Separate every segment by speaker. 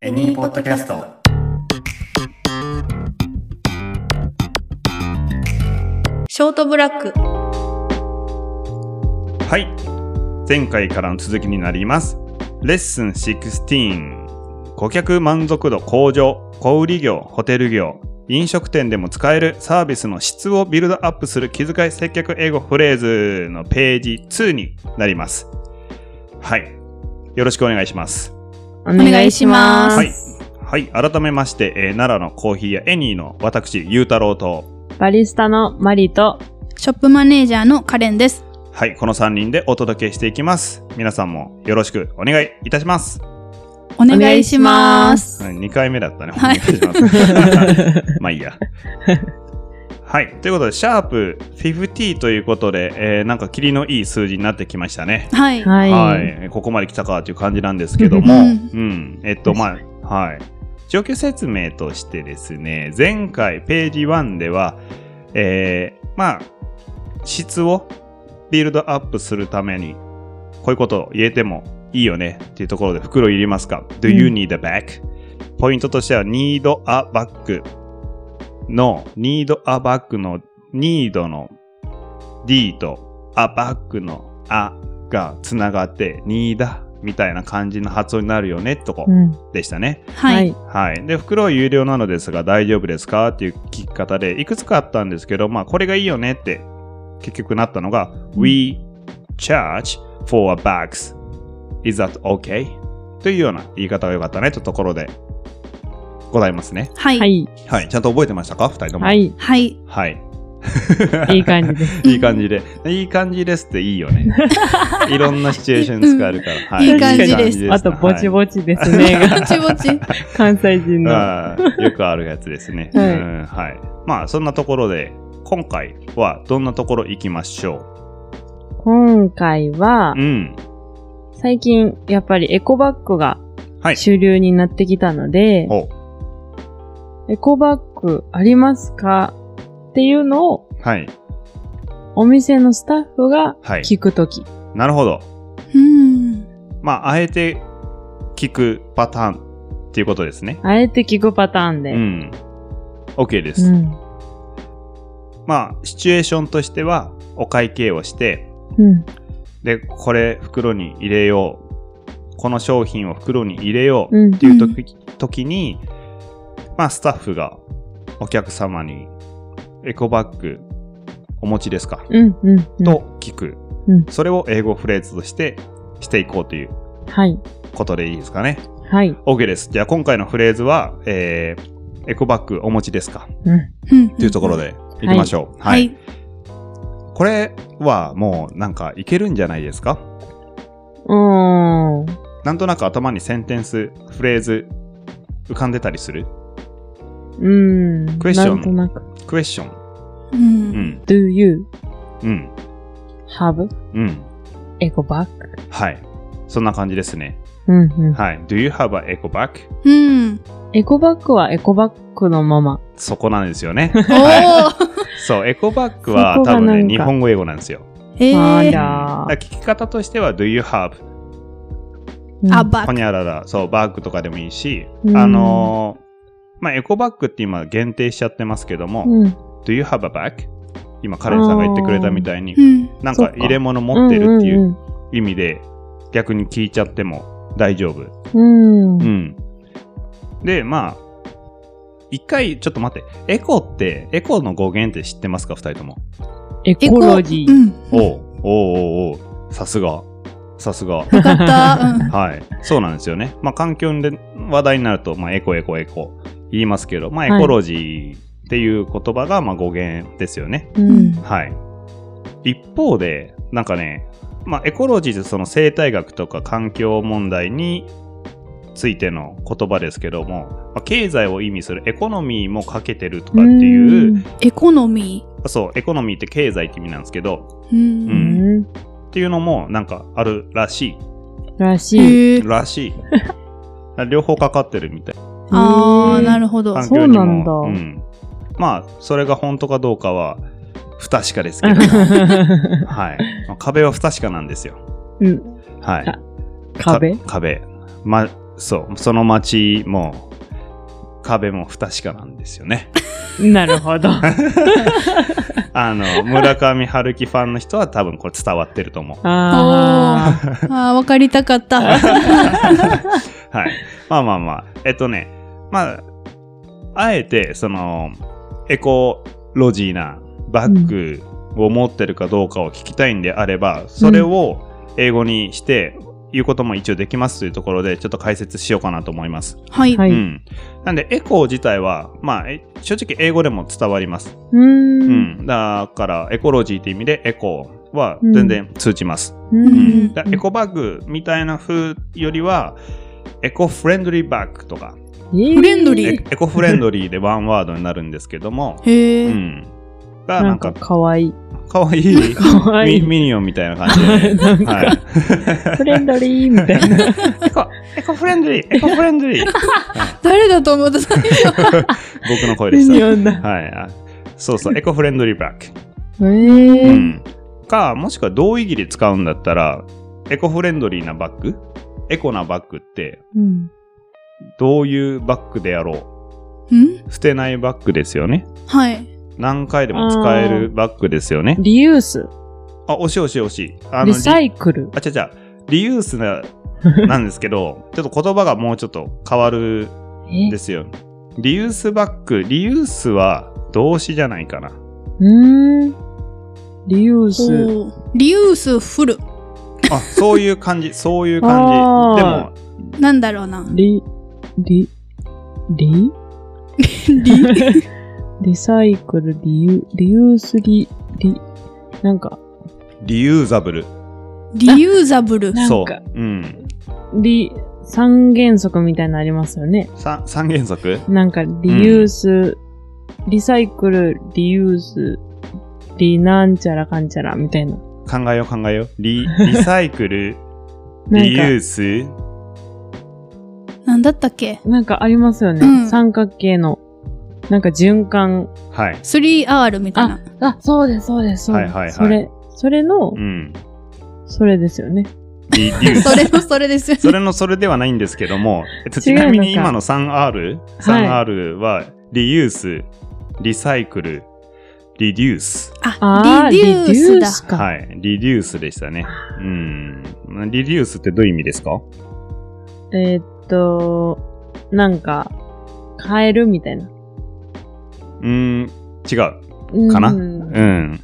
Speaker 1: エニーポッドキャスト。
Speaker 2: ショートブラック。
Speaker 1: はい。前回からの続きになります。レッスン16。顧客満足度向上、小売業、ホテル業、飲食店でも使えるサービスの質をビルドアップする気遣い接客英語フレーズのページ2になります。はい。よろしくお願いします。
Speaker 3: お
Speaker 2: 願いします
Speaker 1: はい。はい。改めまして、えー奈良のコーヒー屋エニーの私、ゆうたろうと、
Speaker 3: バリスタのマリと、
Speaker 2: ショップマネージャーのカレンです。
Speaker 1: はい、この3人でお届けしていきます。皆さんもよろしくお願いいたします。
Speaker 2: お願いします。
Speaker 1: うん2回目だったね。お
Speaker 2: は
Speaker 1: 願
Speaker 2: い
Speaker 1: いします。まあいいや。はい、ということで、シャープ50ということで、えーなんか霧のいい数字になってきましたね。
Speaker 2: はい。
Speaker 3: はい。
Speaker 1: はい、ここまで来たかという感じなんですけども、
Speaker 2: う
Speaker 1: うんん、えっと、まあ、はい。状況説明としてですね、前回ページ1では、えー、まあ、質をビルドアップするために、こういうことを言えてもいいよねっていうところで袋いりますか ?Do you
Speaker 3: うん
Speaker 1: need a bag?、ポイントとしては need a bag の need a bag の need の D と a bag の a がつながって need みたいな感じの発音になるよねとこ
Speaker 3: うん
Speaker 1: でしたね。
Speaker 2: はい。はい。
Speaker 1: はい。で、袋は有料なのですが大丈夫ですかっていう聞き方で、いくつかあったんですけど、まあ、これがいいよねって結局なったのが、We charge for our bags. Is that okay? というような言い方が良かったねというところでございますね。
Speaker 2: はい。
Speaker 3: は
Speaker 2: はい。
Speaker 3: い。
Speaker 1: はい。ちゃんと覚えてましたか二人とも。
Speaker 3: は。い。
Speaker 1: はい。
Speaker 3: いい感じで す。
Speaker 1: いい感じで。いい感じですっていいよ ね。いろんなシチュエーションに使えるから。はい
Speaker 2: い感じです
Speaker 3: あと、ぼち
Speaker 1: ち。
Speaker 3: ぼちですね。が
Speaker 2: ぼちぼち。
Speaker 3: 関西人の。
Speaker 1: ああよくあるやつですね。
Speaker 3: はい
Speaker 1: うんはい。まあ、そんなところで、今回はどんなところ行きましょ
Speaker 3: 今回は
Speaker 1: う。う、ん。
Speaker 3: 最近、やっぱりエコバッグが
Speaker 1: はい。
Speaker 3: 主流になってきたので、
Speaker 1: お
Speaker 3: エコバッグありますかっていうのを、
Speaker 1: はい。
Speaker 3: お店のスタッフが
Speaker 1: はい。
Speaker 3: 聞くとき。
Speaker 1: なるほど。
Speaker 2: うん。
Speaker 1: まあ、あえて聞くパターンっていうことですね。
Speaker 3: あえて聞くパターンで。
Speaker 1: う
Speaker 3: うん。
Speaker 1: ん。OK です。まあ、シチュエーションとしては、お会計をして、
Speaker 3: うん。
Speaker 1: で、これ袋に入れよう。この商品を袋に入れよう。
Speaker 3: うん
Speaker 1: っていう時,、時に、まあ、スタッフがお客様にエコバッグお持ちですか、
Speaker 3: うん。うん。うん。
Speaker 1: と聞く、
Speaker 3: うん
Speaker 1: それを英語フレーズとしてしていこうという
Speaker 3: はい。
Speaker 1: ことでいいですかね。
Speaker 3: はい。
Speaker 1: OK です。じゃあ今回のフレーズは、えー、エコバッグお持ちですか
Speaker 3: うん。
Speaker 2: うん。
Speaker 1: というところ。でいきましょう。
Speaker 2: は
Speaker 1: はい。
Speaker 2: い。
Speaker 1: これはもうなんかいけるんじゃないですか
Speaker 3: うーん。
Speaker 1: なんとなく頭にセンテンス、フレーズ浮かんでたりする
Speaker 3: うん。
Speaker 1: クエスチョン
Speaker 3: なんとなく。
Speaker 1: クエスチョン。
Speaker 2: う。
Speaker 1: うんん。
Speaker 3: Do you
Speaker 1: うん。
Speaker 3: have
Speaker 1: うん。
Speaker 3: エコバッグ
Speaker 1: はい。そんな感じですね。
Speaker 3: うんうん。
Speaker 1: はい。Do you have a eco bag?
Speaker 2: うん。
Speaker 3: エコバッグはエコバッグのまま。
Speaker 1: そこなんですよね。
Speaker 2: おー。
Speaker 1: そう、エコバッグは
Speaker 3: そこ
Speaker 1: 多
Speaker 3: がなんか
Speaker 1: 分ね、日本語英語なんですよ。
Speaker 2: え
Speaker 3: あー
Speaker 2: ー
Speaker 3: じ。ゃ
Speaker 1: だ
Speaker 3: あ
Speaker 1: から聞き方としては、Do you have?
Speaker 3: うん
Speaker 2: あ、ば
Speaker 1: ほ。にゃらら、そう、バッグとかでもいいし、
Speaker 3: うん
Speaker 1: あのーまあ、エコバッグって今限定しちゃってますけども、
Speaker 3: うん。
Speaker 1: Do you have a bag? 今、カレンさんが言ってくれたみたいに
Speaker 2: う、ん。
Speaker 1: なん
Speaker 3: そ
Speaker 1: か
Speaker 3: っか
Speaker 1: 入れ物持ってるっていうん意味で逆に聞いちゃっても大丈夫。
Speaker 3: うん。うん
Speaker 1: う。ん。で、まあ、一回、ちょっと待って、エコって、エコの語源って知ってますか、二人とも。
Speaker 3: エコロジ
Speaker 2: う
Speaker 3: ー。
Speaker 2: ん。
Speaker 1: おうおうおうおうさすが。さすが。
Speaker 2: よかった。うん。
Speaker 1: はい。そうなんですよね。まあ、環境で話題になると、まあ、エコエコエコ言いますけど、まあ、エ
Speaker 3: はい
Speaker 1: コロジーっていう言葉が、まあ、語源ですよね。
Speaker 3: う
Speaker 2: うん
Speaker 3: ん。
Speaker 1: はい。一方で、なんかね、まあ、エコロジーってその生態学とか環境問題についての言葉ですけども、まあ経済を意味するエコノミーもかけてるとかっていう、
Speaker 3: うん。
Speaker 2: エコノミ
Speaker 1: そう、エコノミーって経済って意味なんですけど、
Speaker 2: ー。うん。
Speaker 1: うん
Speaker 3: うん
Speaker 1: っていうのもなんかあるらし
Speaker 3: らしい。
Speaker 2: へ
Speaker 1: い。
Speaker 2: ー。
Speaker 1: ら しい。両方かかってるみたい。
Speaker 2: あ
Speaker 3: う
Speaker 2: ー、
Speaker 3: ん
Speaker 2: なるほど。
Speaker 1: 環
Speaker 2: う
Speaker 1: 境にも。
Speaker 3: そうなんだ
Speaker 1: んまあ、それが本当かどうかは不確かです けど、はい。まあ壁は不確かなんですよ。
Speaker 3: うん
Speaker 1: はい。
Speaker 3: あ壁
Speaker 1: か壁。ま、そう、その町も壁も不確かなんですよね。
Speaker 3: な るほど。
Speaker 1: あの、村上春樹ファンの人は多分これ伝わってると思う。
Speaker 3: あー
Speaker 2: ああ、わかりたかった。
Speaker 1: はい。まあまあまあ。えっとね、まあ、あえて、その、エコロジーなバッグを持ってるかどうかを聞きたいんであれば、それを英語にして、言うことも一応できますというところで、ちょっと解説しようかなと思います。
Speaker 2: はい。
Speaker 3: は
Speaker 1: う。
Speaker 3: い。うん
Speaker 1: なんで、エコー自体は、まあ、え正直英語でも伝わります。
Speaker 3: ー。
Speaker 1: うんん。だから、エコロジーって意味で、エコーは全然通じます。
Speaker 3: うん
Speaker 2: うん
Speaker 1: だエコバッグみたいな風よりは、エコフレンドリーバッグとか、
Speaker 3: フ
Speaker 2: フレンドリ
Speaker 1: エ
Speaker 2: ー
Speaker 1: エコフレンドリーでワンワードになるんですけども、
Speaker 2: へ
Speaker 1: う
Speaker 2: え。
Speaker 1: ん。が、
Speaker 3: な
Speaker 1: なんんか
Speaker 3: か、かわいい。
Speaker 1: かわいい
Speaker 3: かわい
Speaker 1: ミ
Speaker 3: い。
Speaker 1: ミニオンみたいな感 じで。
Speaker 3: なん
Speaker 1: は
Speaker 3: か、フレンドリーみたい
Speaker 1: い、
Speaker 3: な。
Speaker 1: エコエコフレンドリーエコフレンドリーはい
Speaker 2: 誰だと思った最初。
Speaker 1: 僕の声で
Speaker 3: ミニ
Speaker 1: し
Speaker 3: オンだ。
Speaker 1: た。はい。あそうそう、エコフレンドリーバッグ。
Speaker 3: え
Speaker 1: う
Speaker 3: ー。
Speaker 1: ん、かもしくは同意義で使うんだったらエコフレンドリーなバッグエコなバッグって
Speaker 3: うん
Speaker 1: どういうバッグであろ
Speaker 2: ん
Speaker 1: う捨てないバッグですよね
Speaker 2: はい。
Speaker 1: 何回でも使えるバッグですよね
Speaker 3: リユース、
Speaker 1: あ惜しい惜しい惜しいあ
Speaker 3: リ
Speaker 1: リ
Speaker 3: サイクル。
Speaker 1: あちゃちゃリユース ななんですけどちょっと言葉がもうちょっと変わるん
Speaker 3: え
Speaker 1: ですよリユースバッグリユースは動詞じゃないかな
Speaker 3: うーん。リユース。
Speaker 2: おーリユースフル。
Speaker 1: あそういう感じそういう感
Speaker 3: あー
Speaker 1: じでも
Speaker 2: なんだろうな。
Speaker 3: リ、リ、リ
Speaker 2: リ。
Speaker 3: リサイクル、リユ、リユース、リ、リ、なんか、
Speaker 1: リユーザブル
Speaker 2: リユーザブル。
Speaker 3: なん
Speaker 1: そう
Speaker 3: か、
Speaker 1: うん、
Speaker 3: リ、三原則みたいなのありますよね。
Speaker 1: 三三原則
Speaker 3: なんか、リユース、リサイクル、リユース、リなんちゃらかんちゃらみたいな。
Speaker 1: 考えよう考えよう リリサイクル
Speaker 3: なん
Speaker 1: リユ
Speaker 3: か、
Speaker 1: ース
Speaker 2: なんだったっけ
Speaker 3: なんかありますよね。
Speaker 2: うん
Speaker 3: 三角形の、なんか循環。
Speaker 1: はい
Speaker 2: 3R みたいな。
Speaker 3: あ、そうです、そうです、そうです。
Speaker 1: はいはいはい
Speaker 3: それ、それの、
Speaker 1: うん
Speaker 3: それですよね。
Speaker 1: リリュー
Speaker 2: そ
Speaker 1: ス
Speaker 2: れもそれですよね。
Speaker 1: それのそれではないんですけども、えっと、
Speaker 3: 違
Speaker 1: ち
Speaker 3: うのか
Speaker 1: なみに今の 3R3R はリユースリサイクルリデュース
Speaker 2: あ、リデュースだ。
Speaker 3: スか。
Speaker 1: はいリデュースでしたねうんリデュースってどういう意味ですか
Speaker 3: えーっと、なんか、変えるみたいな。
Speaker 1: うん違う
Speaker 3: うん
Speaker 1: かなうん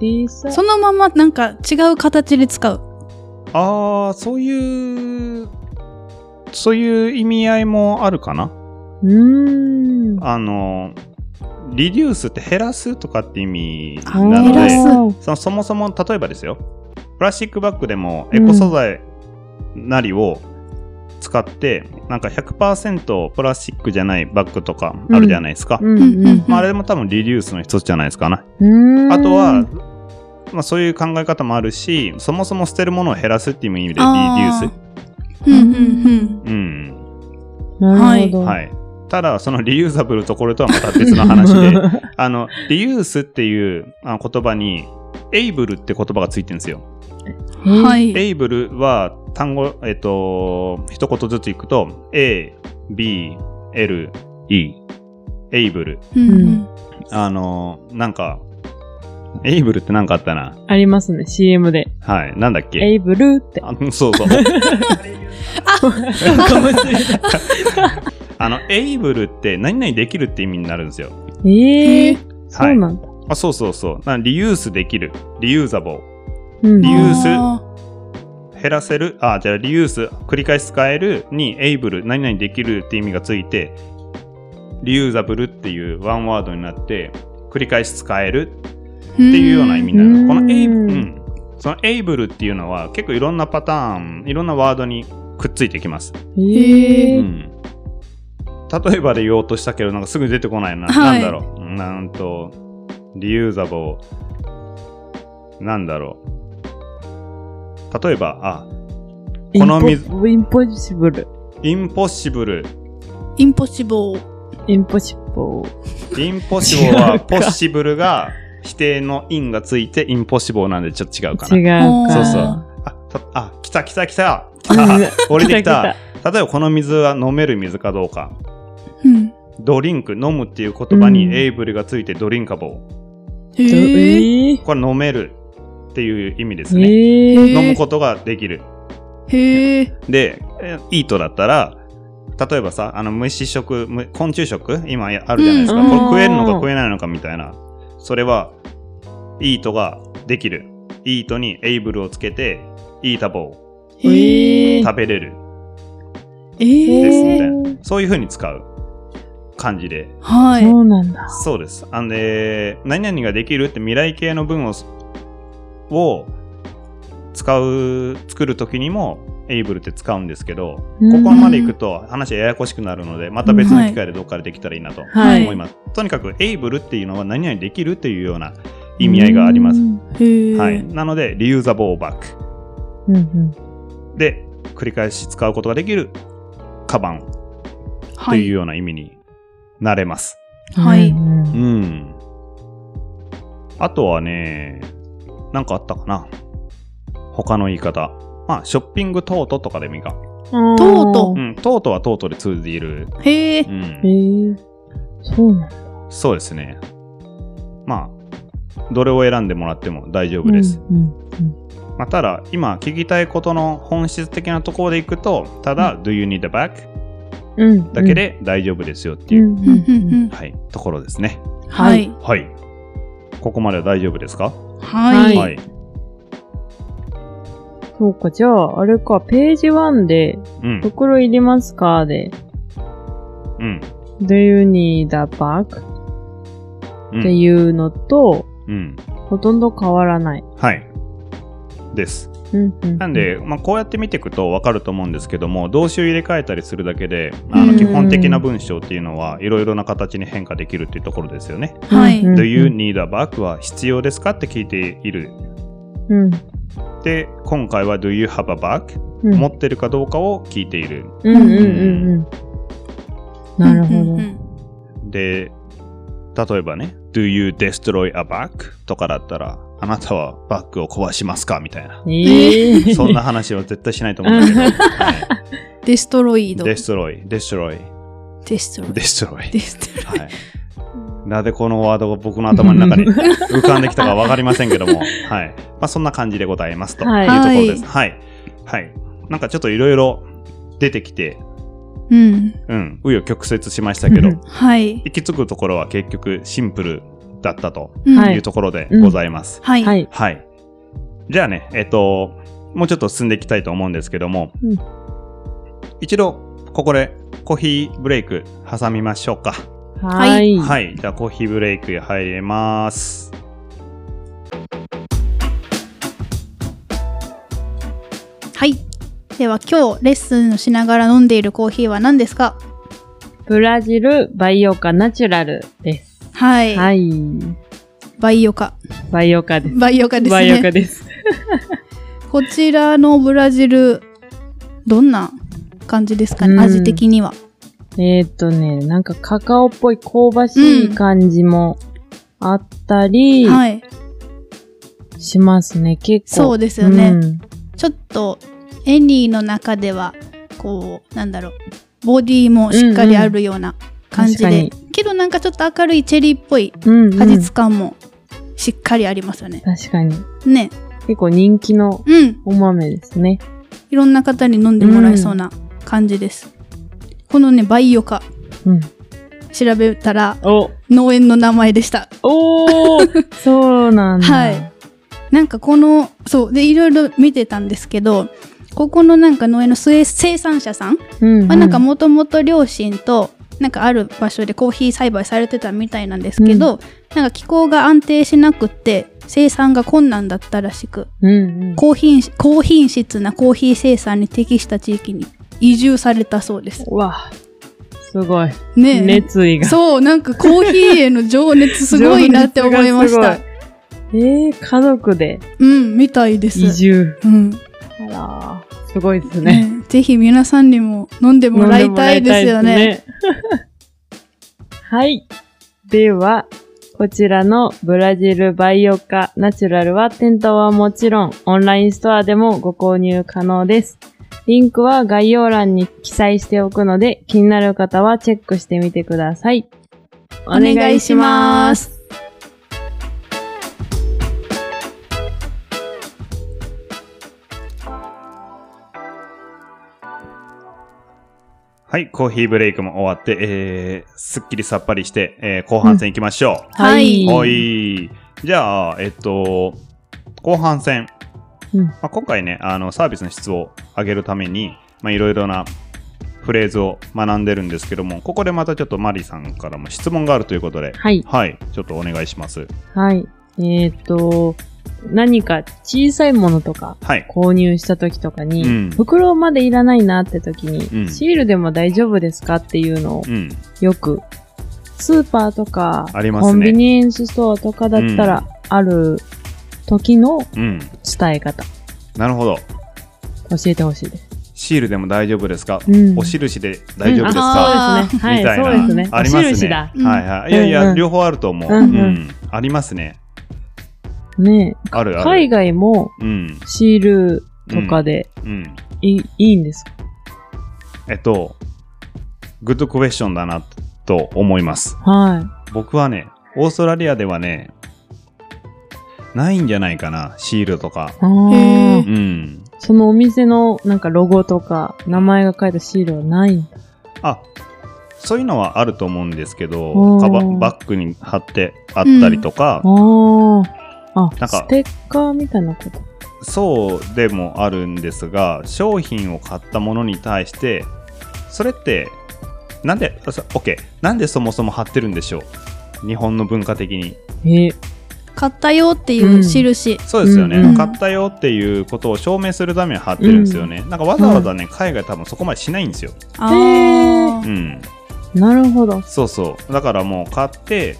Speaker 3: リサ
Speaker 2: そのままなんか違う形で使う。
Speaker 1: ああそういうそういう意味合いもあるかな
Speaker 3: うーん。
Speaker 1: あの、リデュースって減らすとかって意味
Speaker 2: あ
Speaker 1: なの
Speaker 2: 減ら
Speaker 1: で、
Speaker 2: す
Speaker 3: おー
Speaker 1: そのそもそも例えばですよ、プラスチックバッグでもエコ素材なりを使って、なんか100%プラスチックじゃないバッグとかあるじゃないですか。
Speaker 3: うんうん
Speaker 1: まあ、あれも多分リデュースの一つじゃないですかね。
Speaker 3: うーん。
Speaker 1: あとは、まあ、そういう考え方もあるし、そもそも捨てるものを減らすっていう意味でリデュー
Speaker 2: あ
Speaker 1: ス
Speaker 2: ー。うんうん
Speaker 1: うん。
Speaker 3: なるほど、
Speaker 1: はい。ただ、そのリユーザブルとこれとはまた別の 話で、 あの、リユースっていうあの言葉に、エイブルって言葉がついてるんですよ。
Speaker 2: う
Speaker 3: え
Speaker 2: ん。は
Speaker 3: ー
Speaker 2: い。
Speaker 1: エイブルは単語、えっと、一言ずついくと、A、B、L、E、エイブル。
Speaker 2: うんうん
Speaker 1: あの、なんか、エイブルってなんかあったな。
Speaker 3: ありますね、CM で。
Speaker 1: はい。なんだっけ
Speaker 3: エイブルって。
Speaker 1: あそう そう。
Speaker 3: かもしれない
Speaker 1: あの、エイブルって何々できるって意味になるんですよ。
Speaker 3: え
Speaker 2: へ
Speaker 3: ー、そうなんだ。
Speaker 1: あ、そうそうそう。なんリユースできる。リユーザボー。
Speaker 3: うん
Speaker 1: 理リ由ユース
Speaker 2: あ
Speaker 1: 減らせる、あ、じゃあリユース、繰り返し使えるに、エイブル、何々できるって意味がついて、リユーザブルっていうワンワードになって、繰り返し使える
Speaker 2: ー
Speaker 1: っていうような意味にな
Speaker 3: う
Speaker 1: る。
Speaker 3: ん
Speaker 1: このエイブル、
Speaker 3: うん
Speaker 1: うんそのエイブルっていうのは結構いろんなパターン、いろんなワードにくっついてきます。
Speaker 3: え
Speaker 1: う
Speaker 3: ー
Speaker 1: ん例えばで言おうとしたけど、なんかすぐ出てこないな。
Speaker 2: はい
Speaker 1: なんだろう。なんと、リユーザボー、なんだろう。例えば、あ、
Speaker 3: インポ
Speaker 1: この水
Speaker 3: インポッシブル。
Speaker 1: インポッシブル。
Speaker 2: インポッシブル。
Speaker 3: インポッシブル。
Speaker 1: インポッシブル
Speaker 3: 違
Speaker 1: は
Speaker 3: うか
Speaker 1: ポッシブルが否定のインがついてインポッシブルなんでちょっと違うかな。
Speaker 3: 違うか。
Speaker 2: そうそう
Speaker 1: あ、たあ来た来た来た来た俺できた。例えばこの水は飲める水かどうか
Speaker 2: うん。
Speaker 1: ドリンク飲むっていう言葉に
Speaker 3: うん
Speaker 1: エイブルがついてドリンカボー
Speaker 2: へえ。
Speaker 3: え
Speaker 1: これ飲めるっていう意味ですね、
Speaker 3: え
Speaker 2: えー
Speaker 1: 飲むことができる
Speaker 2: へえ。
Speaker 1: でえイートだったら例えばさあの虫食む昆虫食今やあるじゃないですか、
Speaker 3: うん
Speaker 1: これ
Speaker 3: うん
Speaker 1: 食えるのか食えないのかみたいなそれはイートができるイートにエイブルをつけてイータボー
Speaker 2: へえ。
Speaker 1: 食べれる
Speaker 2: え
Speaker 1: ですみ
Speaker 2: え。
Speaker 1: たいなそういう風に使う感じで
Speaker 2: はい。
Speaker 3: そうなんだ。
Speaker 1: そうですあんで何々ができるって未来形の文をを使う作る時にもエイブルって使うんですけど
Speaker 3: こ
Speaker 1: ここまで行くと話ややこしくなるのでまた別の機会でどっかでできたらいいなと
Speaker 3: はい
Speaker 1: 思います、とにかくエイブルっていうのは何々できるっていうような意味合いがあります、
Speaker 2: へえ。
Speaker 1: はい、なのでリユーザボーバック
Speaker 3: うんうん。
Speaker 1: で繰り返し使うことができるカバンと
Speaker 2: は
Speaker 1: いう
Speaker 2: い。
Speaker 1: ような意味になれます、
Speaker 2: はい
Speaker 3: うんうん
Speaker 1: うんあとはねなんかあったかな他の言い方まあショッピングトートとかでもいいか、
Speaker 2: とうと
Speaker 1: うん、トートはトートで通じる、
Speaker 2: へえ
Speaker 1: う。ん
Speaker 3: へえー、そうなんだ。
Speaker 1: そうですね。まあ、どれを選んでもらっても大丈夫です。
Speaker 3: うんうん
Speaker 1: まあ、ただ、今聞きたいことの本質的なところでいくと、ただ、Do you need a bag?
Speaker 3: うんうん
Speaker 1: だけで大丈夫ですよって
Speaker 3: う
Speaker 1: いう、
Speaker 3: ん
Speaker 2: うん
Speaker 3: うん
Speaker 2: うんうん。
Speaker 1: はい、ところですね。
Speaker 2: はい。
Speaker 1: はい。ここまでは大丈夫ですか、
Speaker 2: は
Speaker 3: はい
Speaker 2: い。
Speaker 1: はい。
Speaker 3: そうか、じゃあ、あれか、ページ1で、
Speaker 1: うん。
Speaker 3: 袋いりますかで、
Speaker 1: うん。
Speaker 3: Do you need a bag?
Speaker 1: う
Speaker 3: って
Speaker 1: ん。
Speaker 3: いうのと、
Speaker 1: うん。
Speaker 3: ほとんど変わらない。
Speaker 1: はい。です。
Speaker 3: うんうん、
Speaker 1: なんで、まあ、こうやって見ていくと分かると思うんですけども動詞を入れ替えたりするだけであ
Speaker 2: う
Speaker 1: の
Speaker 2: ん
Speaker 1: 基本的な文章っていうのはいろいろな形に変化できるっていうところですよね。
Speaker 2: はい
Speaker 3: うん
Speaker 1: Do you need a bag? は必要ですかって聞いている。
Speaker 3: うん
Speaker 1: で、今回は Do you have a bag?
Speaker 3: うん、
Speaker 1: 持ってるかどうかを聞いている。
Speaker 3: うんうんうんうん。なるほど。
Speaker 1: で、例えばね、Do you destroy a bag? とかだったら、あなたはバッグを壊しますかみたい な。
Speaker 3: ええ
Speaker 1: そんな話は絶対しないと思うんだけど。はい
Speaker 2: デストロイド。デ
Speaker 1: destroy, destroy,
Speaker 2: ストロイド。
Speaker 1: destroy。
Speaker 2: デストロイ
Speaker 1: はいなぜこのワードが僕の頭の中に 浮かんできたか分かりませんけども、はいまあ、そんな感じでございますというとこ
Speaker 3: は
Speaker 1: ろ
Speaker 3: い
Speaker 1: です。はい、はいなんかちょっといろいろ出てきて、
Speaker 2: ド。うん。
Speaker 1: うん、紆余曲折しましたけど、
Speaker 2: はい。
Speaker 1: 行き着くところは結局シンプルだったと
Speaker 2: うん
Speaker 3: はいいう
Speaker 1: ところで
Speaker 3: うん
Speaker 1: ございます。
Speaker 2: はい。
Speaker 3: は
Speaker 2: はい。
Speaker 3: い。
Speaker 1: はい、じゃあね、えっと、もうちょっと進んでいきたいと思うんですけども、
Speaker 3: うん
Speaker 1: 一度ここでコーヒーブレイク挟みましょうか。
Speaker 3: はい。
Speaker 1: はい、じゃあコーヒーブレイクへ入れます。
Speaker 2: では今日レッスンをしながら飲んでいるコーヒーは何ですか
Speaker 3: ブラジル、バイオカナチュラルです。
Speaker 2: はい。
Speaker 3: はい。
Speaker 2: バイオカ。
Speaker 3: バイオカです。
Speaker 2: バイオカです
Speaker 3: バイオ
Speaker 2: ね。
Speaker 3: カです。
Speaker 2: こちらのブラジル、どんな感じですか
Speaker 3: うん
Speaker 2: ね味的には。
Speaker 3: えーっとね、なんかカカオっぽい香ばしい感じもあったり
Speaker 2: はい。
Speaker 3: しますね、結構。
Speaker 2: そう
Speaker 3: う
Speaker 2: ですよね。
Speaker 3: ん
Speaker 2: ちょっとエニーの中ではこうなんだろうボディもしっかりあるような感じで、
Speaker 3: うんうん
Speaker 2: けどなんかちょっと明るいチェリーっぽい
Speaker 3: うんうん
Speaker 2: 果実感もしっかりありますよね。
Speaker 3: 確かに。
Speaker 2: ね
Speaker 3: 結構人気の
Speaker 2: うん
Speaker 3: お豆ですね。
Speaker 2: いろんな方に飲んでもらえそうな感じです。このねバイオカ
Speaker 3: うん。
Speaker 2: 調べたら
Speaker 3: お、
Speaker 2: 農園の名前でした。
Speaker 3: おー そうなんだ。
Speaker 2: はい。なんかこのそうでいろいろ見てたんですけどここのなんか農園の生生産者さん
Speaker 3: うん、うん。
Speaker 2: まあ、なんかもともと両親となんかある場所でコーヒー栽培されてたみたいなんですけど、なんか気候が安定しなくって生産が困難だったらしく
Speaker 3: うんうん。
Speaker 2: 高品高品質なコーヒー生産に適した地域に移住されたそうです。
Speaker 3: うわ、すごい。
Speaker 2: ねえ
Speaker 3: 熱意が。
Speaker 2: そうなんかコーヒーへの情熱すごいなって思いました
Speaker 3: 情熱が。すごい。えー、家族で
Speaker 2: うんみたいです。
Speaker 3: 移住。
Speaker 2: うん
Speaker 3: あらー、すごいですね。
Speaker 2: ね、ぜひ皆さんにも飲んでもらいたいですよね。
Speaker 3: 飲んでもらいたいですね はい。では、こちらのブラジルバイオカナチュラルは店頭はもちろんオンラインストアでもご購入可能です。リンクは概要欄に記載しておくので、気になる方はチェックしてみてください。お願いします。
Speaker 2: す。
Speaker 1: はい、コーヒーブレイクも終わって、えー、すっきりさっぱりして、えー後半戦行きましょ
Speaker 2: はい。
Speaker 1: うんおい。じゃあ、えっと、後半戦。
Speaker 3: うん
Speaker 1: まあ、今回ね、あの、サービスの質を上げるために、まあ、いろいろなフレーズを学んでるんですけども、ここでまたちょっとマリさんからも質問があるということで、
Speaker 3: はい。
Speaker 1: はい、ちょっとお願いします。
Speaker 3: はい。えっ、と、何か小さいものとか
Speaker 1: はい。
Speaker 3: 購入した時とかに、
Speaker 1: うん
Speaker 3: 袋までいらないなって時に、
Speaker 1: うん
Speaker 3: シールでも大丈夫ですかっていうのを
Speaker 1: うん。
Speaker 3: よく、スーパーとか、
Speaker 1: ありますね
Speaker 3: コンビニエンスストアとかだったらある時の
Speaker 1: うん。
Speaker 3: 伝え方、
Speaker 1: なるほど。
Speaker 3: 教えてほしいです。
Speaker 1: シールでも大丈夫ですか、
Speaker 3: うん
Speaker 1: お印で大丈夫です
Speaker 2: うん
Speaker 1: か、
Speaker 2: あ
Speaker 3: そうですね。は
Speaker 1: みたい
Speaker 3: い、
Speaker 1: な
Speaker 3: そうですね。
Speaker 1: ありますね
Speaker 3: お印だ。
Speaker 2: うん
Speaker 1: はいはい。いやいや、
Speaker 3: うんうん
Speaker 1: 両方あると思う。う、
Speaker 3: うんんうん
Speaker 1: ありますね。
Speaker 3: ね
Speaker 1: あるある。
Speaker 3: 海外も
Speaker 1: うん。
Speaker 3: シールとかで
Speaker 1: うん。
Speaker 3: い,、いいんですか
Speaker 1: えっと、グッドクエスチョンだなと思います。
Speaker 3: は
Speaker 1: 僕はね、オーストラリアではね、ないんじゃないかな、シールとか。
Speaker 3: い。あー
Speaker 2: へー
Speaker 1: うん。
Speaker 3: そのお店のなんかロゴとか名前が書いたシールはないんだ。
Speaker 1: あ、そういうのはあると思うんですけど、
Speaker 3: おー
Speaker 1: カバンバッグに貼ってあったりとか、
Speaker 3: ああ。
Speaker 1: な
Speaker 3: あ、
Speaker 1: んか
Speaker 3: ステッカーみたいなこと。
Speaker 1: そうでもあるんですが商品を買ったものに対してそれってなんであそ OK なんでそもそも貼ってるんでしょう日本の文化的に
Speaker 3: え
Speaker 2: 買ったよっていう印。
Speaker 1: そうですよね、
Speaker 3: うん
Speaker 2: うん
Speaker 1: 買ったよっていうことを証明するために貼ってるんですよね、なんかわざわざね、海外多分そこまでしないんですよ
Speaker 2: あ
Speaker 1: う
Speaker 2: ー
Speaker 1: ん
Speaker 3: なるほど。
Speaker 1: そうそうだからもう買って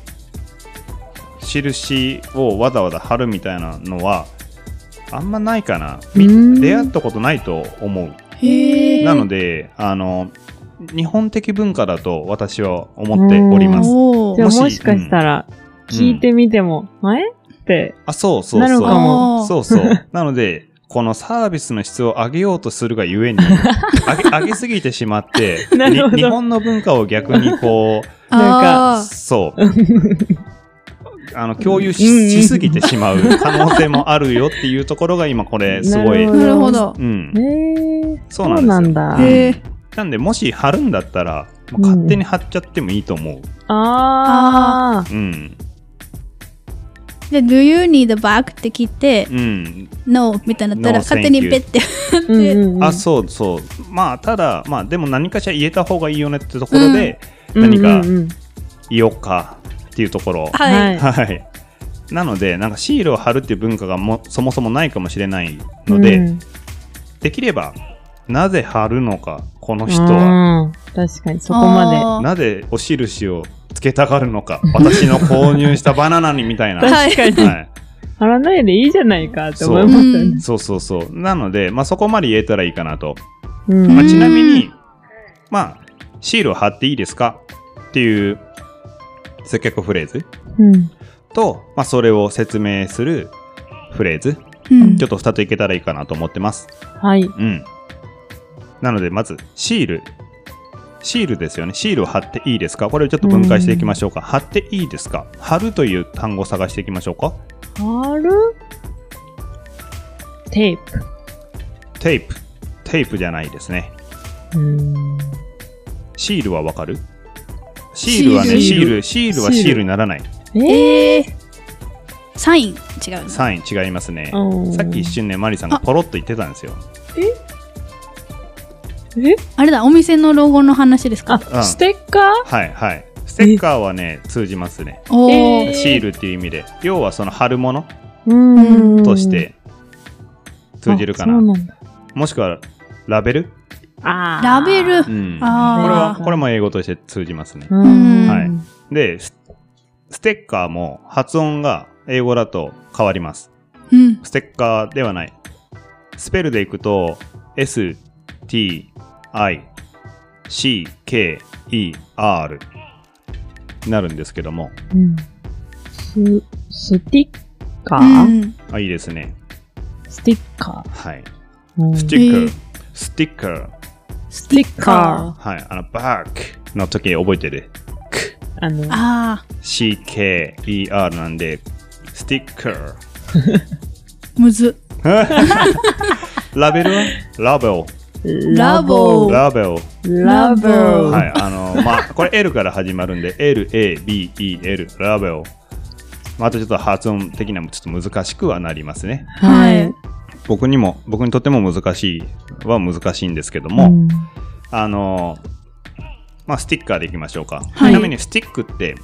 Speaker 1: 印をわざわざ貼るみたいなのはあんまないかなみ
Speaker 3: うん
Speaker 1: 出会ったことないと思う
Speaker 2: へー
Speaker 1: なので、あの、日本的文化だと私は思っております。
Speaker 2: お
Speaker 3: じゃ
Speaker 2: ー
Speaker 1: も
Speaker 3: あ
Speaker 1: し
Speaker 3: もしかしたら聞いてみても、あえって。
Speaker 1: あ、そうそうそう。
Speaker 3: なるか
Speaker 2: も
Speaker 1: そうそう。なので、このサービスの質を上げようとするがゆえ に、上げ上げすぎてしまって、
Speaker 3: なるほど
Speaker 1: に日本の文化を逆にこ
Speaker 3: なん
Speaker 1: う、
Speaker 2: あー
Speaker 1: そう、あの、共有ししすぎてしまう可能性もあるよっていうところが今これ、すごい。
Speaker 3: な
Speaker 1: う
Speaker 3: る
Speaker 2: なるほど。
Speaker 1: ん。
Speaker 3: ええ。
Speaker 1: そうなんですよ
Speaker 3: だ。
Speaker 2: へえ
Speaker 1: なんで、もし貼るんだったら、もう勝手に貼っちゃってもいいと思う。
Speaker 3: ああ。
Speaker 1: うん。
Speaker 2: で、Do you need a bag? って聞いて、
Speaker 1: うん。
Speaker 2: No みたいになったら、
Speaker 1: No,
Speaker 2: 勝手に
Speaker 1: thank you
Speaker 2: ペッて。
Speaker 3: うんうんうん
Speaker 1: あそうそうまあただまあでも何かしら言えた方がいいよねってところで何か
Speaker 3: うんうんうん
Speaker 1: 言おうかっていうところ、
Speaker 2: は。
Speaker 3: はいい
Speaker 1: はいなのでなんかシールを貼るっていう文化がもそもそもないかもしれないので、
Speaker 3: うん
Speaker 1: できればなぜ貼るのかこの人は
Speaker 3: うん確かにそこま
Speaker 2: あー
Speaker 1: なぜお印をつけたがるのか私の購入したバナナにみ たいな、
Speaker 3: で。
Speaker 1: は
Speaker 2: はい
Speaker 3: 確かに。
Speaker 1: い、
Speaker 3: 貼らないでいいじゃないかって思いま
Speaker 2: う
Speaker 3: すよ
Speaker 2: ん
Speaker 3: ね。
Speaker 1: そうそうそうなので、まあ、そこまで言えたらいいかなと
Speaker 3: うん
Speaker 1: まあ、
Speaker 2: うん
Speaker 1: ちなみに、まあ、シールを貼っていいですかっていう接客フレーズ
Speaker 3: うん
Speaker 1: と、まあ、それを説明するフレーズ、
Speaker 2: うん
Speaker 1: ちょっと2ついけたらいいかなと思ってます。
Speaker 3: はい。
Speaker 1: うん。なので、まず、シール。シールですよね。シールを貼っていいですかこれをちょっと分解していきましょうか。貼っていいですか貼るという単語を探していきましょうか。
Speaker 3: 貼るテープ。
Speaker 1: テープ。テープじゃないですね。
Speaker 3: うん。
Speaker 1: シールはわかるシールはね、シ
Speaker 3: シ
Speaker 1: ー
Speaker 3: ー
Speaker 1: ル、
Speaker 3: ル
Speaker 1: シールはシールにならない。
Speaker 3: え
Speaker 2: えーサイン違うな。
Speaker 1: サイン違いますね。
Speaker 3: うん
Speaker 1: さっき一瞬ね、マリさんがポロッと言ってたんですよ。
Speaker 3: え
Speaker 2: あれだ、お店のロゴの話ですか
Speaker 1: うん
Speaker 3: あ、ステッカー
Speaker 1: はいはい。ステッカーはね、通じますね。
Speaker 2: お
Speaker 3: え
Speaker 2: ー
Speaker 3: ー
Speaker 1: シールっていう意味で。要はその貼るもの
Speaker 3: うん
Speaker 1: として通じるかな。
Speaker 3: あそうなんだ
Speaker 1: もしくはラベル、
Speaker 3: あ
Speaker 2: ラベル。
Speaker 1: うん、これ
Speaker 2: あー
Speaker 1: は、これも英語として通じますね。
Speaker 2: ん
Speaker 1: はいで、スステッカーも発音が英語だと変わります。
Speaker 2: うん。
Speaker 1: ステッカーではない。スペルでいくと、S, T, I, C, K, E, R になるんですけども、
Speaker 3: うんス、スティッカ
Speaker 2: う
Speaker 3: ー
Speaker 2: ん
Speaker 1: あいいですね。
Speaker 3: スティッカ
Speaker 1: はい。
Speaker 3: ー。
Speaker 1: スティッカー。
Speaker 2: えー
Speaker 1: スティッカー。
Speaker 2: ス
Speaker 3: スティッカ
Speaker 1: はい、あの、バックの時覚えてる。ク
Speaker 3: ー。あの、
Speaker 2: ああ
Speaker 1: CKER なんで、スティッカー。
Speaker 2: むず
Speaker 1: ラベルはラベ
Speaker 2: ラボ
Speaker 1: ル。
Speaker 2: ー
Speaker 1: ラベル。
Speaker 3: ラボー。
Speaker 1: はい、あの、まあ、これ L から始まるんで、L、A、B、E、L、ラベル。まあ、あとちょっと発音的にもちょっと難しくはなりますね。
Speaker 2: はい
Speaker 1: 僕にも、僕にとっても難しいは難しいんですけど
Speaker 3: う
Speaker 1: も、
Speaker 3: ん
Speaker 1: あの、まあ、スティッカーでいきましょうか。
Speaker 2: はい
Speaker 1: ちなみにスティックって、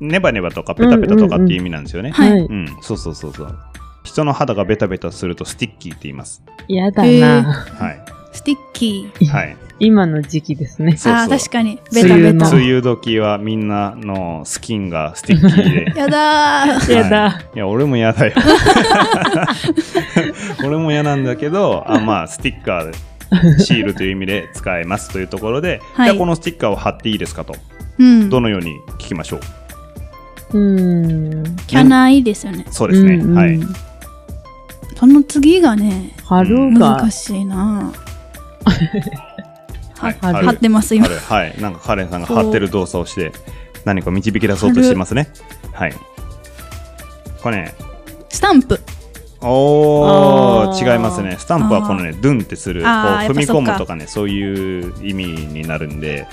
Speaker 1: ネバネバとかペタペタとかっていう意味なんですよね。
Speaker 2: はい
Speaker 3: はい。
Speaker 1: うんそうそうそうそう。人の肌がベタベタするとスティッキーって言います。
Speaker 3: 嫌だな。
Speaker 1: はい。
Speaker 2: スティッキ
Speaker 1: はい。
Speaker 3: 今の時期ですね。
Speaker 2: ー
Speaker 1: そう
Speaker 2: ああ
Speaker 1: そう
Speaker 2: 確かにベタベ
Speaker 3: 梅
Speaker 2: タ
Speaker 1: 梅雨時はみんなのスキンがスティッキーで。
Speaker 2: やだー
Speaker 1: はい
Speaker 3: やだ。
Speaker 1: いや、俺も嫌だよ。 俺も嫌なんだけど、あまあ、スティッカーで、シールという意味で使えますというところで、
Speaker 2: はい
Speaker 1: じゃあこのスティッカーを貼っていいですかと、
Speaker 2: うん
Speaker 1: どのように聞きましょう。
Speaker 3: うん。
Speaker 2: キャナイですよね
Speaker 1: そうですね。
Speaker 3: うんうん
Speaker 1: はい。
Speaker 2: その次がね
Speaker 3: 貼るか
Speaker 2: 難。しいな
Speaker 1: はい
Speaker 2: は
Speaker 3: 貼る
Speaker 2: 貼ってます今
Speaker 1: あるはい。なんかカレンさんが張ってる動作をして、何か導き出そうとしてますね。はい。これね、
Speaker 2: スタンプ
Speaker 1: おー
Speaker 3: あー
Speaker 1: 違いますね。スタンプはこのね、ドゥンってする、こう
Speaker 2: あー
Speaker 1: 踏み
Speaker 2: やっぱそ
Speaker 1: 込
Speaker 2: っか
Speaker 1: むとかね、そういう意味になるんで、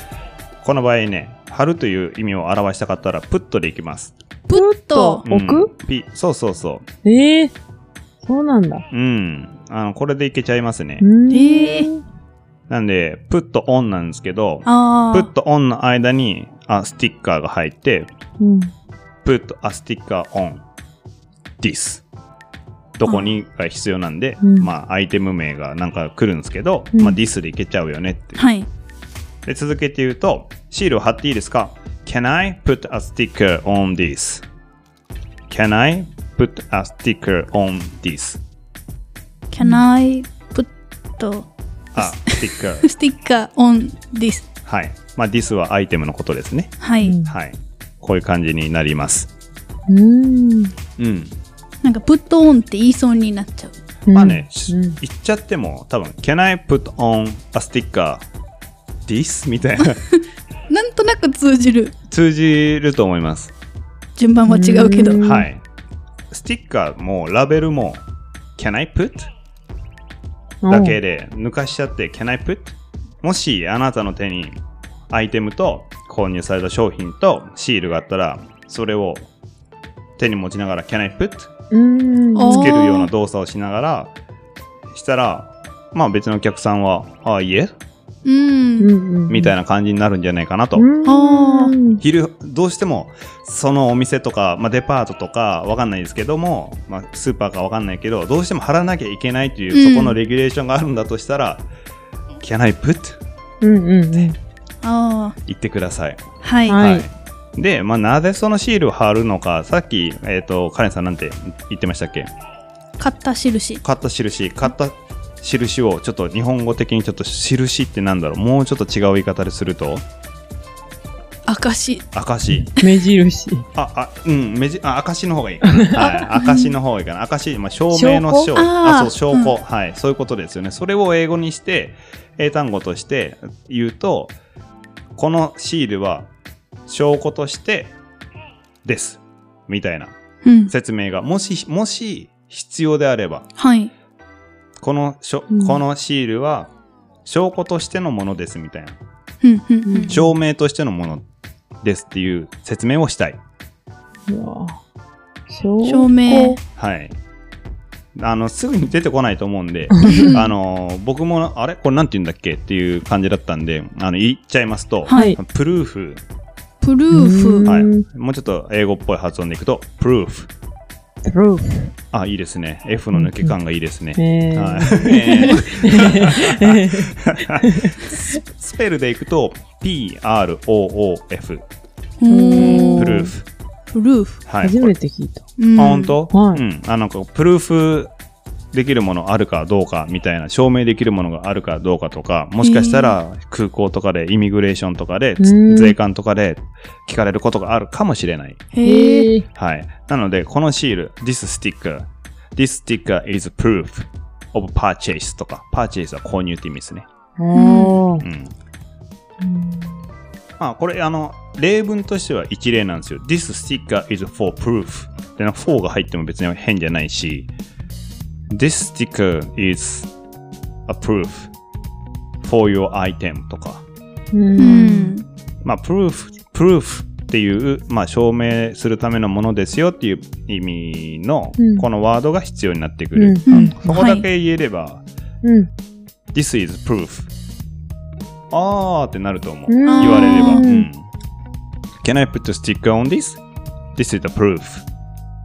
Speaker 1: この場合ね、貼るという意味を表したかったら、プットでいきます。
Speaker 2: プッと
Speaker 1: うん
Speaker 3: 置く
Speaker 1: ピそうそうそ
Speaker 3: ええ。そうなんだ。
Speaker 1: う。うん。あの、これでいけちゃいますね。
Speaker 3: うん
Speaker 2: えー
Speaker 1: なんで、プットオンなんですけど、
Speaker 2: あ
Speaker 1: プ
Speaker 2: あ
Speaker 1: ットオンの間に、あ、スティッカーが入って、
Speaker 3: うん
Speaker 1: プットアスティッカーオン this どこにが必要なんで、
Speaker 3: うん
Speaker 1: まあアイテム名がなんか来るんですけど、
Speaker 3: うん
Speaker 1: まあ this でいけちゃうよねっていう
Speaker 2: はい
Speaker 1: で続けて言うとシールを貼っていいですか Can I put a sticker on this? Can I put a sticker on this?
Speaker 2: Can I put
Speaker 1: あ、スティッカー。
Speaker 2: スティッカー on this
Speaker 1: はい。まあ this はアイテムのことですね。
Speaker 2: はい、
Speaker 3: うん
Speaker 1: はい。こういう感じになります。
Speaker 3: うん。
Speaker 1: うん。
Speaker 2: なんか put on って言いそうになっちゃう
Speaker 1: まあね、し
Speaker 3: うん
Speaker 1: 言っちゃっても多分 Can I put on a sticker this? みたいな
Speaker 2: なんとなく通じる
Speaker 1: 通じると思います。
Speaker 2: 順番は違うけど
Speaker 3: うん
Speaker 1: はい。スティッカーもラベルも Can I put? だけで抜かしちゃって Can I put? もしあなたの手にアイテムと購入された商品とシールがあったらそれを手に持ちながら Can I put?
Speaker 3: うん。
Speaker 2: お
Speaker 1: つけるような動作をしながらしたらまあ別のお客さんはああいいえ
Speaker 2: うん、
Speaker 1: みたい
Speaker 3: な
Speaker 1: な感じになるんじゃないかなと。
Speaker 2: あ
Speaker 1: 昼どうしてもそのお店とか、まあ、デパートとかわかんないですけども、まあ、スーパーかわかんないけどどうしても貼らなきゃいけないという、
Speaker 2: うん
Speaker 1: そこのレギュレーションがあるんだとしたら「Can I put?」
Speaker 3: うんうんうん。
Speaker 2: あ
Speaker 1: 言ってください。
Speaker 2: あはい、
Speaker 3: はい
Speaker 1: で、まあ、なぜそのシールを貼るのかさっき、えっとカレンさんなんて言ってましたっけ
Speaker 2: 買った印
Speaker 1: 買った印買った印をちょっと日本語的にちょっと印ってなんだろうもうちょっと違う言い方ですると
Speaker 2: 証
Speaker 1: 証
Speaker 3: 目印。
Speaker 1: あ、あ、うん、目じ、あ、証の方がいいかな。はい、証の方がいいかな。証、まあ、証明の証。
Speaker 3: 証拠
Speaker 1: あ
Speaker 2: あー
Speaker 1: そう、証拠、はい、そういうことですよね。それを英語にして、英単語として言うと、このシールは証拠としてです。みたいな
Speaker 2: うん
Speaker 1: 説明が、もし、もし必要であれば、
Speaker 2: はい
Speaker 1: このしょ、
Speaker 3: うん
Speaker 1: このシールは証拠としてのものですみたいな。
Speaker 2: うんうんうん
Speaker 1: 証明としてのものですっていう説明をしたい。
Speaker 3: うわ証
Speaker 2: 証明。
Speaker 1: はい。あの、すぐに出てこないと思うん で、あの、僕も、あれこれなんて言うんだっけっていう感じだったんで、あの、言っちゃいますと、
Speaker 2: はい
Speaker 1: プルーフ、
Speaker 2: プルー
Speaker 3: う
Speaker 2: フ
Speaker 3: ん
Speaker 1: はい。もうちょっと英語っぽい発音でいくと、プルーフ。
Speaker 3: プルーフ。
Speaker 1: あ、いいですね。F の抜け感がいいですね。
Speaker 3: え
Speaker 1: は
Speaker 3: ー
Speaker 1: いえ ーススペルでいくと、P-R-O-O-F、
Speaker 2: おー
Speaker 1: プルーフ。
Speaker 2: プルーフ
Speaker 1: はい。
Speaker 3: 初めて聞いた。
Speaker 2: うん
Speaker 1: あ、本当、
Speaker 3: はい
Speaker 1: うん。あの、こうプルーフできるものあるかどうかみたいな、証明できるものがあるかどうかとか、もしかしたら空港とかで、イミグレーションとかで、つ
Speaker 3: うん
Speaker 1: 税関とかで聞かれることがあるかもしれない。
Speaker 2: へえ
Speaker 3: え。
Speaker 1: はい。なので、このシール、this sticker, this sticker is proof of purchase とか、purchase は購入って意味ですね。
Speaker 3: おー
Speaker 1: う。ん。まあ、これ、あの、例文としては一例なんですよ。This sticker is for proof. で、for が入っても別に変じゃないし、This sticker is a proof for your item とか。
Speaker 3: う。
Speaker 2: うんん。
Speaker 1: まあ、プルーフ、プルーフっていう、まあ、証明するためのものですよっていう意味の
Speaker 3: うん、
Speaker 1: このワードが必要になってく
Speaker 3: う
Speaker 1: る。
Speaker 3: ん。
Speaker 2: うん
Speaker 1: そこだけ言えれば、
Speaker 3: うん。
Speaker 1: This is proof. あーってなると思う。
Speaker 3: 言
Speaker 1: 言われれば。
Speaker 2: あ
Speaker 1: う
Speaker 2: ー
Speaker 1: ん Can I put a sticker on this? This is the proof.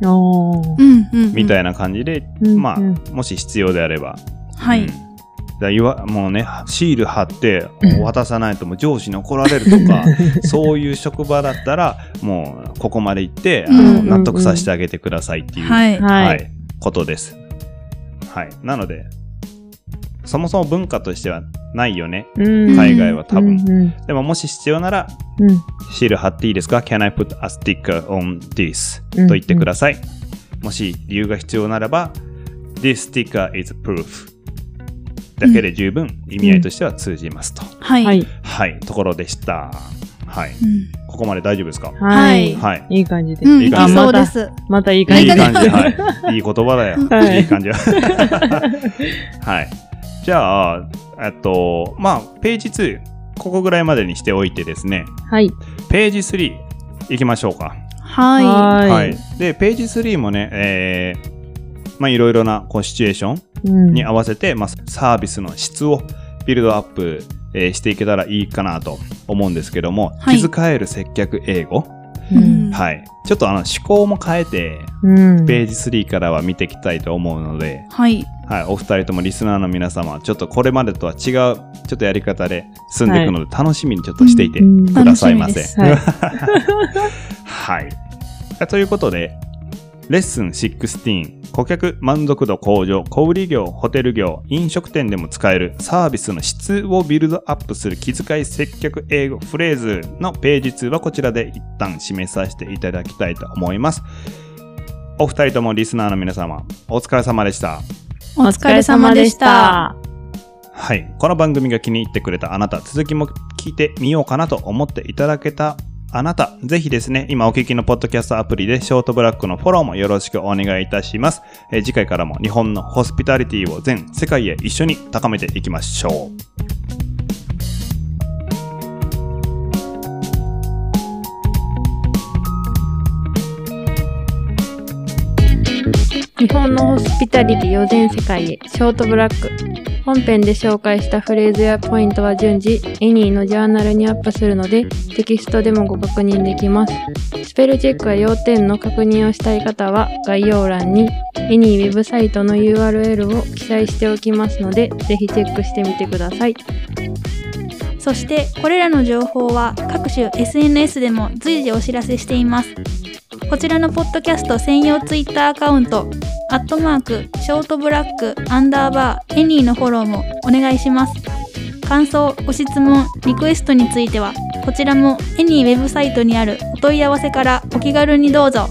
Speaker 3: おー。
Speaker 2: うんうんうん。
Speaker 1: みた
Speaker 2: い
Speaker 1: いな感じで、
Speaker 3: うん
Speaker 1: まあ、
Speaker 3: うん
Speaker 1: もし必要であれば。
Speaker 2: な。は
Speaker 1: うん
Speaker 2: い
Speaker 1: だ。からいわもうね、シール貼って
Speaker 3: うん
Speaker 1: 渡さないともう上司に怒られると か、そういう職場だったら、もうここまで行って、あ
Speaker 2: うんうん
Speaker 1: の
Speaker 2: うん
Speaker 1: 納得させてあげてくださいっていう、
Speaker 2: はい。
Speaker 1: は
Speaker 3: はいい。
Speaker 1: ことです。はい。なので、そもそも文化としてはないよね。
Speaker 3: うん
Speaker 1: 海外は多分。
Speaker 3: うん
Speaker 1: でももし必要なら、
Speaker 3: うん。
Speaker 1: シール貼っていいですか ?Can I put a sticker on this?
Speaker 3: うん
Speaker 1: と言ってください。もし理由が必要ならば、This sticker is proof だけで十分意味合いとしては通じますと。
Speaker 2: はい。
Speaker 3: はい。
Speaker 1: はい、ところでした。はい。
Speaker 2: うん
Speaker 1: ここまで大丈夫ですか
Speaker 3: はい。
Speaker 1: はい。
Speaker 3: いい感じで
Speaker 2: う
Speaker 3: す。
Speaker 2: ん、
Speaker 1: いい
Speaker 2: い
Speaker 1: 感
Speaker 2: け
Speaker 1: じ
Speaker 2: そうです。
Speaker 3: またいい感
Speaker 1: い
Speaker 3: じ
Speaker 1: い
Speaker 3: で
Speaker 2: です
Speaker 1: 感じ。はい。いい言葉だよ。
Speaker 3: はい
Speaker 1: いい感じ。 はい。じゃあ、えっと、まあ、ページ2、ここぐらいまでにしておいてですね、
Speaker 3: はい。
Speaker 1: ページ3、行きましょうか。
Speaker 2: は
Speaker 1: はい。で、ページ3もね、えーまあ、いろいろなこうシチュエーション
Speaker 3: うん
Speaker 1: に合わせて、まあ、サービスの質をビルドアップ、えーしていけたらいいかなと思うんですけども、
Speaker 2: はい
Speaker 1: 気遣える接客英語、
Speaker 2: い。うん
Speaker 1: はい。ちょっとあの思考も変えて、
Speaker 3: うん。
Speaker 1: ページ3からは見ていきたいと思うので、
Speaker 2: はい。
Speaker 1: はい、お二人ともリスナーの皆様、ちょっとこれまでとは違う、ちょっとやり方で進んでいくので、楽しみにちょっとしていて
Speaker 3: うん
Speaker 1: くださいませ。
Speaker 2: 楽 し
Speaker 3: はい。
Speaker 1: はい。ということで、レッスン16顧客満足度向上小売業ホテル業飲食店でも使えるサービスの質をビルドアップする気遣い接客英語フレーズのページ2はこちらで一旦締めさせていただきたいと思いますお二人ともリスナーの皆様お疲れ様でした
Speaker 2: お疲れ様でした。。
Speaker 1: はい。この番組が気に入ってくれたあなた、続きも聞いてみようかなと思っていただけたあなた、ぜひですね、今お聞きのポッドキャストアプリでショートブラックのフォローもよろしくお願いいたします。えー次回からも日本のホスピタリティを全世界へ一緒に高めていきましょう。
Speaker 4: 日本のホスピタリティを全世界へショートブラック本編で紹介したフレーズやポイントは順次エニーのジャーナルにアップするのでテキストでもご確認できますスペルチェックや要点の確認をしたい方は概要欄にエニーウェブサイトの URL を記載しておきますのでぜひチェックしてみてください
Speaker 2: そしてこれらの情報は各種 SNS でも随時お知らせしていますこちらのポッドキャスト専用ツイッターアカウントアットマークショートブラックアンダーバーエニーのフォローもお願いします感想ご質問リクエストについてはこちらもエニーウェブサイトにあるお問い合わせからお気軽にどうぞ